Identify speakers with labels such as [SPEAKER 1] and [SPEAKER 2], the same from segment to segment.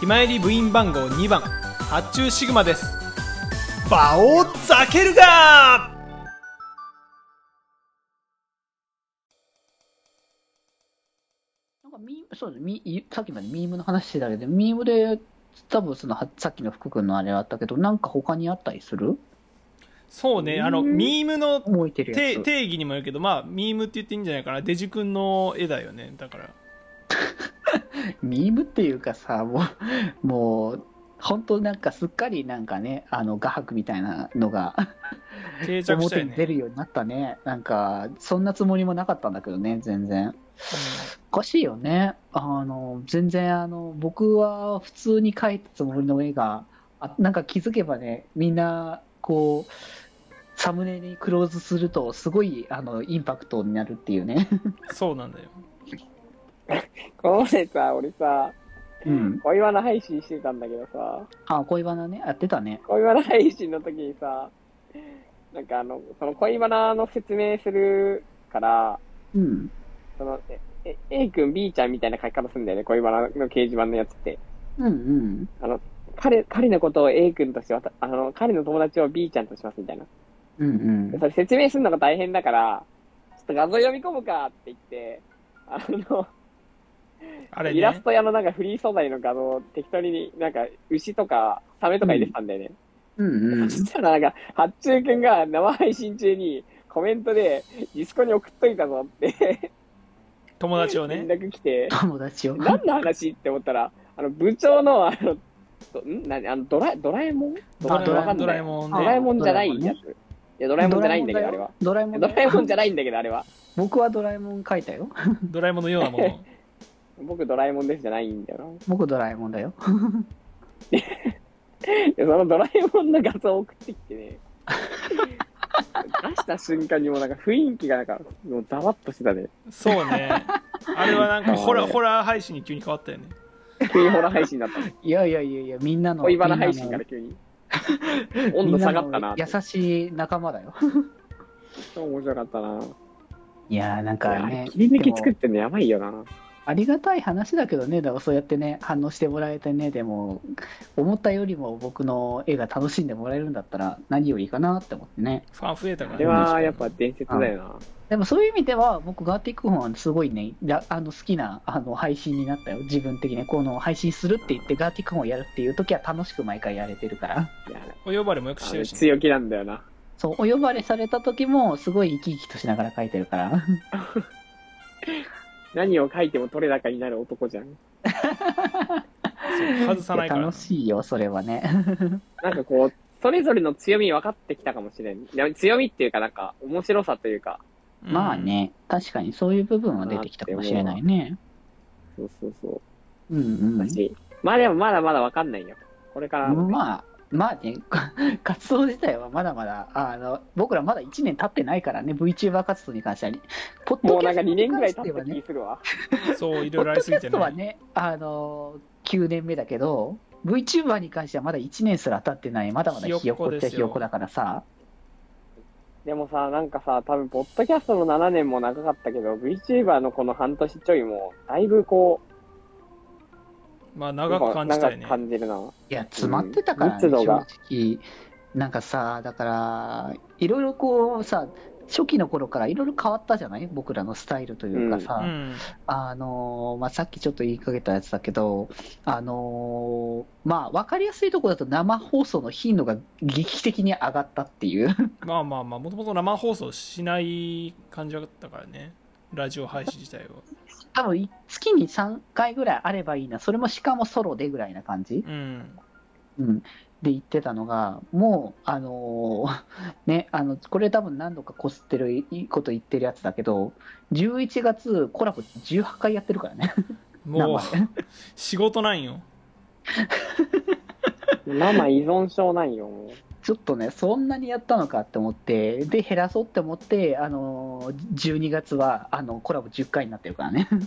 [SPEAKER 1] ひまえり部員番号2番発注シグマですバオザケルガー
[SPEAKER 2] なんかミーそうですミいさっきまでミームの話してたけど、ミームで、多分そのはさっきの福君のあれあったけど、なんか他にあったりする
[SPEAKER 1] そうねあの
[SPEAKER 2] うん
[SPEAKER 1] ミームの
[SPEAKER 2] 燃えてる
[SPEAKER 1] て
[SPEAKER 2] やつ。
[SPEAKER 1] 定義にもよるけどまあミームって言っていいんじゃないかなデジ君の絵だよねだから
[SPEAKER 2] ミームっていうかさ、もう、もう、本当なんかすっかりなんかね、あの、画伯みたいなのが、
[SPEAKER 1] 定着した
[SPEAKER 2] 表
[SPEAKER 1] よ
[SPEAKER 2] に
[SPEAKER 1] ね
[SPEAKER 2] 出るようになったね。なんか、そんなつもりもなかったんだけどね、全然。おかしいよね。あの、全然、あの、僕は普通に描いたつもりの絵が、あなんか気づけばね、みんな、こう、サムネにクローズすると、すごい、あの、インパクトになるっていうね。
[SPEAKER 1] うんそうなんだよ
[SPEAKER 3] これさ、俺さ、
[SPEAKER 2] うん。
[SPEAKER 3] 恋バナ配信してたんだけどさ、
[SPEAKER 2] あ、恋バナね、やってたね。
[SPEAKER 3] 恋バナ配信の時にさ、なんかあの、その恋バナの説明するから、
[SPEAKER 2] うん。
[SPEAKER 3] その、ええ A 君、B ちゃんみたいな書き方するんだよね、恋バナの掲示板のやつって。
[SPEAKER 2] うんうん。
[SPEAKER 3] 彼、彼のことを A 君としてわた、あの、彼の友達を B ちゃんとしますみたいな。
[SPEAKER 2] うんうん
[SPEAKER 3] で。それ説明するのが大変だから、ちょっと画像読み込むかって言って、あの、
[SPEAKER 1] あれ
[SPEAKER 3] イラス
[SPEAKER 1] ね
[SPEAKER 3] ト屋のなんかフリー素材の画像を適当になんか牛とかサメとか入れてたんだよね。
[SPEAKER 2] うんうん
[SPEAKER 3] そ。したらなんか、八中くんが生配信中にコメントでディスコに送っといたぞって
[SPEAKER 1] 友達を
[SPEAKER 3] 連
[SPEAKER 1] ね
[SPEAKER 3] 絡来て、
[SPEAKER 2] 友達を。
[SPEAKER 3] 何の話って思ったら、あの部長のあの、どん何あのドラドラえもん
[SPEAKER 1] ドラえ
[SPEAKER 3] わ
[SPEAKER 1] も
[SPEAKER 3] かん
[SPEAKER 1] ん
[SPEAKER 3] ない
[SPEAKER 1] ドラえもん
[SPEAKER 3] ドラえ
[SPEAKER 1] ね
[SPEAKER 3] もんじゃないやつ。いや、ドラえもんじゃないんだけど、あれは。
[SPEAKER 2] ドラえもん
[SPEAKER 3] ド
[SPEAKER 2] だ
[SPEAKER 3] ラえ
[SPEAKER 2] よ
[SPEAKER 3] もんじゃないんだけど、あれは。
[SPEAKER 2] 僕はドラえもん描いたよ。
[SPEAKER 1] ドラえもんのようなもの
[SPEAKER 3] 僕、ドラえもんですじゃないんだよ
[SPEAKER 2] 僕ドラえもんだよ。
[SPEAKER 3] な。で、そのドラえもんの画像を送ってきてね。出した瞬間にもうなんか雰囲気がなんか、もうざわっとしてたね。
[SPEAKER 1] そうねあれはなん かホラ
[SPEAKER 3] あれ
[SPEAKER 1] ホラー配信に急に変わったよね
[SPEAKER 3] 急にホラー配信だった。
[SPEAKER 2] いやいやいやいや、みんなの。
[SPEAKER 3] 恋バナ配
[SPEAKER 2] み
[SPEAKER 3] 信
[SPEAKER 2] ん
[SPEAKER 3] か
[SPEAKER 2] なの
[SPEAKER 3] ら急に。温度下がった
[SPEAKER 2] み
[SPEAKER 3] な。
[SPEAKER 2] んの優しい仲間だよ。
[SPEAKER 3] 超面白かったな。
[SPEAKER 2] いやーなんかね、
[SPEAKER 3] 切り抜き
[SPEAKER 2] でも
[SPEAKER 3] 作ってんのやばいよな。
[SPEAKER 2] ありがたい話だけどね、だからそうやってね、反応してもらえてね、でも、思ったよりも僕の絵が楽しんでもらえるんだったら、何よりかなって思ってね。
[SPEAKER 1] ファン増えたから
[SPEAKER 3] あ
[SPEAKER 1] ね
[SPEAKER 3] れはやっぱ伝説だよ
[SPEAKER 2] でもそういう意味では、僕、ガーティックフォンはすごいね、らあの好きなあの配信になったよ、自分的に。この配信するって言って、ガーティックフォンをやるっていう時は楽しく毎回やれてるから。
[SPEAKER 3] な。いや
[SPEAKER 1] お呼ばれもよくし
[SPEAKER 3] あ
[SPEAKER 1] て
[SPEAKER 3] れ
[SPEAKER 1] るしね、
[SPEAKER 3] 強気なんだよな。
[SPEAKER 2] そう、お呼ばれされた時も、すごい生き生きとしながら描いてるから。
[SPEAKER 3] 何を書いても取れ高になる男じゃん。
[SPEAKER 1] そう外さないから
[SPEAKER 2] 楽しいよ、それはね。
[SPEAKER 3] なんかこう、それぞれの強み分かってきたかもしれん。いや強みっていうかなんか、面白さというか。
[SPEAKER 1] うん
[SPEAKER 2] まあね、確かにそういう部分は出てきたかもしれないね。
[SPEAKER 3] そうそうそう。
[SPEAKER 2] うんうん。
[SPEAKER 3] 私。まあでもまだまだ分かんないよ。これからなので。
[SPEAKER 2] まあ、まあね、 活動自体はまだまだ、あの、僕らまだ1年経ってないからね、VTuber 活動に関してはね。ポッ
[SPEAKER 3] も
[SPEAKER 2] ド
[SPEAKER 3] う
[SPEAKER 2] キ
[SPEAKER 3] な
[SPEAKER 2] ャ
[SPEAKER 3] ん
[SPEAKER 2] ス
[SPEAKER 3] か
[SPEAKER 2] ト
[SPEAKER 3] 2
[SPEAKER 2] に
[SPEAKER 3] 年ぐら
[SPEAKER 2] 関
[SPEAKER 3] い
[SPEAKER 2] し
[SPEAKER 3] 経
[SPEAKER 2] て
[SPEAKER 3] っ
[SPEAKER 2] は
[SPEAKER 3] た
[SPEAKER 2] ね
[SPEAKER 3] 気、するわ。
[SPEAKER 1] そうい
[SPEAKER 2] ポ
[SPEAKER 1] ろいろあ
[SPEAKER 2] ッド
[SPEAKER 1] りす
[SPEAKER 2] キ
[SPEAKER 1] ぎて
[SPEAKER 2] ャス
[SPEAKER 1] ね
[SPEAKER 2] トはね、あの、9年目だけど、VTuber に関してはまだ1年すら経ってない、まだまだひよっこっちゃ
[SPEAKER 1] ひ
[SPEAKER 2] ひ
[SPEAKER 1] よっこですよ
[SPEAKER 2] よっこだからさ、
[SPEAKER 3] でもさ、なんかさ、多分、ポッドキャストの7年も長かったけど、VTuber のこの半年ちょいも、だいぶこ
[SPEAKER 1] まあ
[SPEAKER 3] う、
[SPEAKER 1] 長く感じたよね
[SPEAKER 3] 長く感じる
[SPEAKER 2] い
[SPEAKER 3] な。
[SPEAKER 2] や、詰まってたからね、
[SPEAKER 3] うん密度
[SPEAKER 2] 正
[SPEAKER 3] が
[SPEAKER 2] 直。なんかさ、だから、いろいろこうさ、初期の頃からいろいろ変わったじゃない僕らのスタイルというかさ。
[SPEAKER 1] うん
[SPEAKER 2] あのーまあ、さっきちょっと言いかけたやつだけど、あのーまあ、分かりやすいところだと生放送の頻度が劇的に上がったっていう、
[SPEAKER 1] まあまあまあもともと生放送しない感じだったからねラジオ配信自体は
[SPEAKER 2] 多分月に3回ぐらいあればいいな、それもしかもソロでぐらいな感じ、
[SPEAKER 1] うん
[SPEAKER 2] うん、で言ってたのが、もう、あのー ね、あのこれ、多分何度かこすってるいいこと言ってるやつだけど、11月、コラボ18回やってるからね、
[SPEAKER 1] もう
[SPEAKER 2] 生で
[SPEAKER 1] 仕事なんよ
[SPEAKER 3] 生依存症なんよ、も う。
[SPEAKER 2] ちょっとね、そんなにやったのかって思って、で、減らそうって思って、あのー、12月は、あの、コラボ10回になってるからね。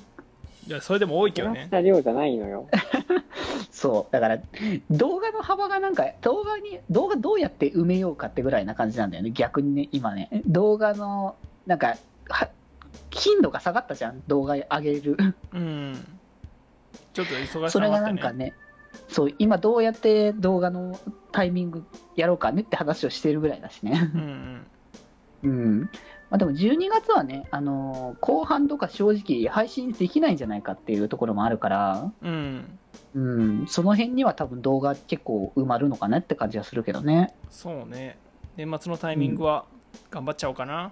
[SPEAKER 1] いやそれでも多いけど
[SPEAKER 3] 減らし
[SPEAKER 1] ね
[SPEAKER 3] た量じゃないのよ。
[SPEAKER 2] そう。だから、動画の幅がなんか、動画に、動画どうやって埋めようかってぐらいな感じなんだよね。逆にね、今ね。動画の、なんか、は頻度が下がったじゃん。動画上げる。
[SPEAKER 1] うんちょっと忙し
[SPEAKER 2] そ
[SPEAKER 1] さ
[SPEAKER 2] れ
[SPEAKER 1] もあ
[SPEAKER 2] が
[SPEAKER 1] って
[SPEAKER 2] なん
[SPEAKER 1] ね
[SPEAKER 2] かね、そう、今どうやって動画のタイミングやろうかねって話をしてるぐらいだしね。
[SPEAKER 1] うんうん
[SPEAKER 2] うん。まあ、でも12月はね、あのー後半とか正直配信できないんじゃないかっていうところもあるから、
[SPEAKER 1] うん
[SPEAKER 2] うん、その辺には多分動画結構埋まるのかなって感じはするけどね。
[SPEAKER 1] そうね年末のタイミングは頑張っちゃおうかな、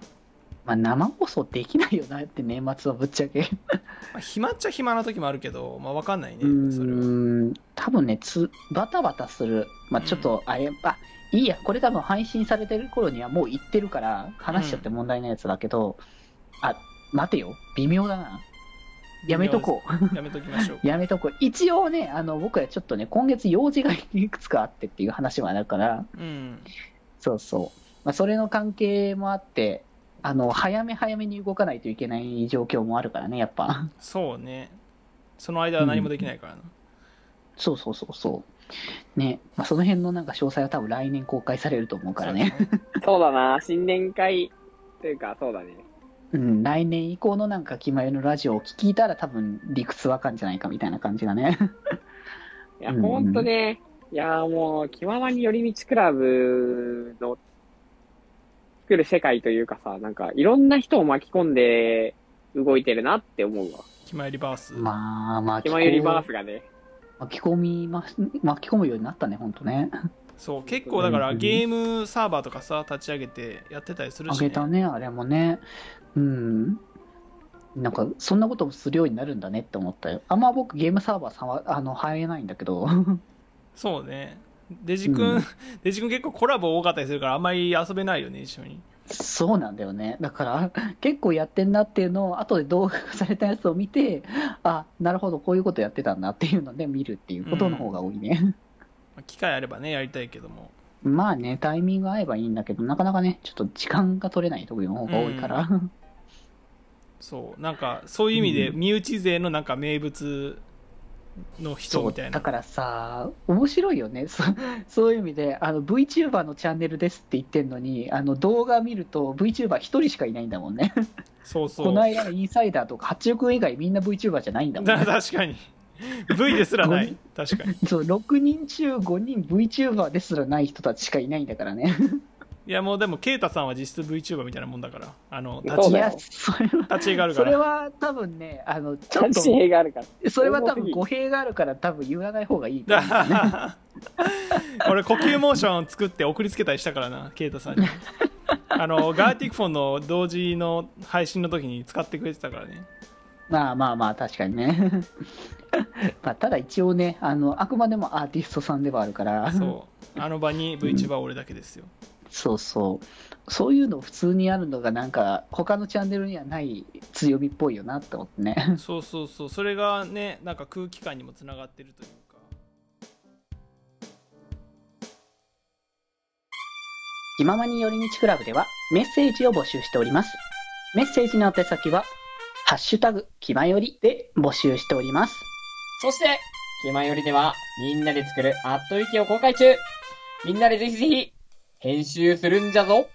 [SPEAKER 2] まあ、生放送できないよなって年末はぶっちゃけ。
[SPEAKER 1] まあ、暇っちゃ暇な時もあるけど、まあ、分かんないうねそれは
[SPEAKER 2] ーん、多分ね、つバタバタする。まあ、ちょっとあれ、あ、いいや、これ多分配信されてる頃にはもう行ってるから、話しちゃって問題ないやつだけど、あ、待てよ、微妙だな。やめとこう。
[SPEAKER 1] やめときましょう
[SPEAKER 2] やめとこう。一応ね、あの、僕らちょっとね、今月用事がいくつかあってっていう話もあるから、
[SPEAKER 1] うん
[SPEAKER 2] そうそう。まあ、それの関係もあって、あの、早め早めに動かないといけない状況もあるからね、やっぱ。
[SPEAKER 1] そうねその間は何もできないからな、
[SPEAKER 2] そうそうそうそう。ね、まあ、その辺のなんか詳細は多分来年公開されると思うからね。
[SPEAKER 1] そうですね
[SPEAKER 3] そうだな、新年会というか、そうだね。
[SPEAKER 2] うん、来年以降のなんか決まりのラジオを聞いたら多分理屈わかんじゃないかみたいな感じだね。
[SPEAKER 3] いや、
[SPEAKER 2] うん
[SPEAKER 3] ほんとね、いや、もう、気ままに寄り道クラブの、作る世界というかさ、なんか、いろんな人を巻き込んで動いてるなって思うわ。
[SPEAKER 1] 気前リバース、
[SPEAKER 2] まあまあ、
[SPEAKER 3] 気まよりバースがね。
[SPEAKER 2] 巻き込みます、巻き込むようになったね、ほんとね。
[SPEAKER 1] そう結構だから
[SPEAKER 2] うん
[SPEAKER 1] ゲームサーバーとかさ立ち上げてやってたりする
[SPEAKER 2] あ
[SPEAKER 1] し、ね、
[SPEAKER 2] げたね、あれもね。うん。なんか、そんなこともするようになるんだねって思ったよ。あんま僕ゲームサーバーさんは、あの、入れないんだけど。
[SPEAKER 1] そうねデジ君、
[SPEAKER 2] うん
[SPEAKER 1] デジ君結構コラボ多かったりするからあんまり遊べないよね一緒に
[SPEAKER 2] そうなんだよね。だから、 結構やってんなっていうのを、後で動画化されたやつを見て、あ、なるほど、こういうことやってたんだっていうので見るっていうことの方が多いね。
[SPEAKER 1] まあ機会あればねやりたいけども
[SPEAKER 2] まあね、タイミング合えばいいんだけど、なかなかね、ちょっと時間が取れない時の方が多いから。
[SPEAKER 1] そうなんかそういう意味で
[SPEAKER 2] う
[SPEAKER 1] 身内勢のなんか名物の人
[SPEAKER 2] そう
[SPEAKER 1] みたいな
[SPEAKER 2] だからさ、面白いよね、そそういう意味であの、VTuber のチャンネルですって言ってるのに、あの動画見ると、VTuber 一人しかいないんだもんね、
[SPEAKER 1] そうそう
[SPEAKER 2] この間、インサイダーとか、八億以外、みんな VTuber じゃないんだもん
[SPEAKER 1] だ
[SPEAKER 2] ね、
[SPEAKER 1] 確かに V ですらない確かに
[SPEAKER 2] そう6人中5人、VTuber ですらない人たちしかいないんだからね、
[SPEAKER 1] いやもうでも啓太さんは実質 VTuber みたいなもんだからあの立
[SPEAKER 3] そう
[SPEAKER 2] い
[SPEAKER 1] ち
[SPEAKER 3] だ
[SPEAKER 2] や
[SPEAKER 3] よ、
[SPEAKER 2] それは、
[SPEAKER 1] 立ち絵があるか
[SPEAKER 2] それ
[SPEAKER 1] ら
[SPEAKER 2] は多分ね、あのちょっ
[SPEAKER 3] 関心
[SPEAKER 2] と、
[SPEAKER 3] があるから。
[SPEAKER 2] それは多分語弊があるから、多分言わない方がいいと思う
[SPEAKER 1] だ 俺呼吸モーション作って送りつけたりしたからな啓太さんにあのガーティックフォンの同時の配信の時に使ってくれてたからね
[SPEAKER 2] まあまあまあ、確かにね。 まあただ一応ねあの、あくまでもアーティストさんではあるから、
[SPEAKER 1] そうあの場に VTuber は俺だけですよ、
[SPEAKER 2] そうそう、そういうの普通にあるのが、なんか、他のチャンネルにはない強みっぽいよなって思ってね。
[SPEAKER 1] そうそうそうそれがねなんか空気感にもつながってるというか
[SPEAKER 2] 気ままに寄り道クラブではメッセージを募集しております。メッセージの宛先は、ハッシュタグ、気まよりで募集しております。
[SPEAKER 4] そして、気まよりでは、みんなで作るアットウィキを公開中みんなでぜひぜひ、編集するんじゃぞ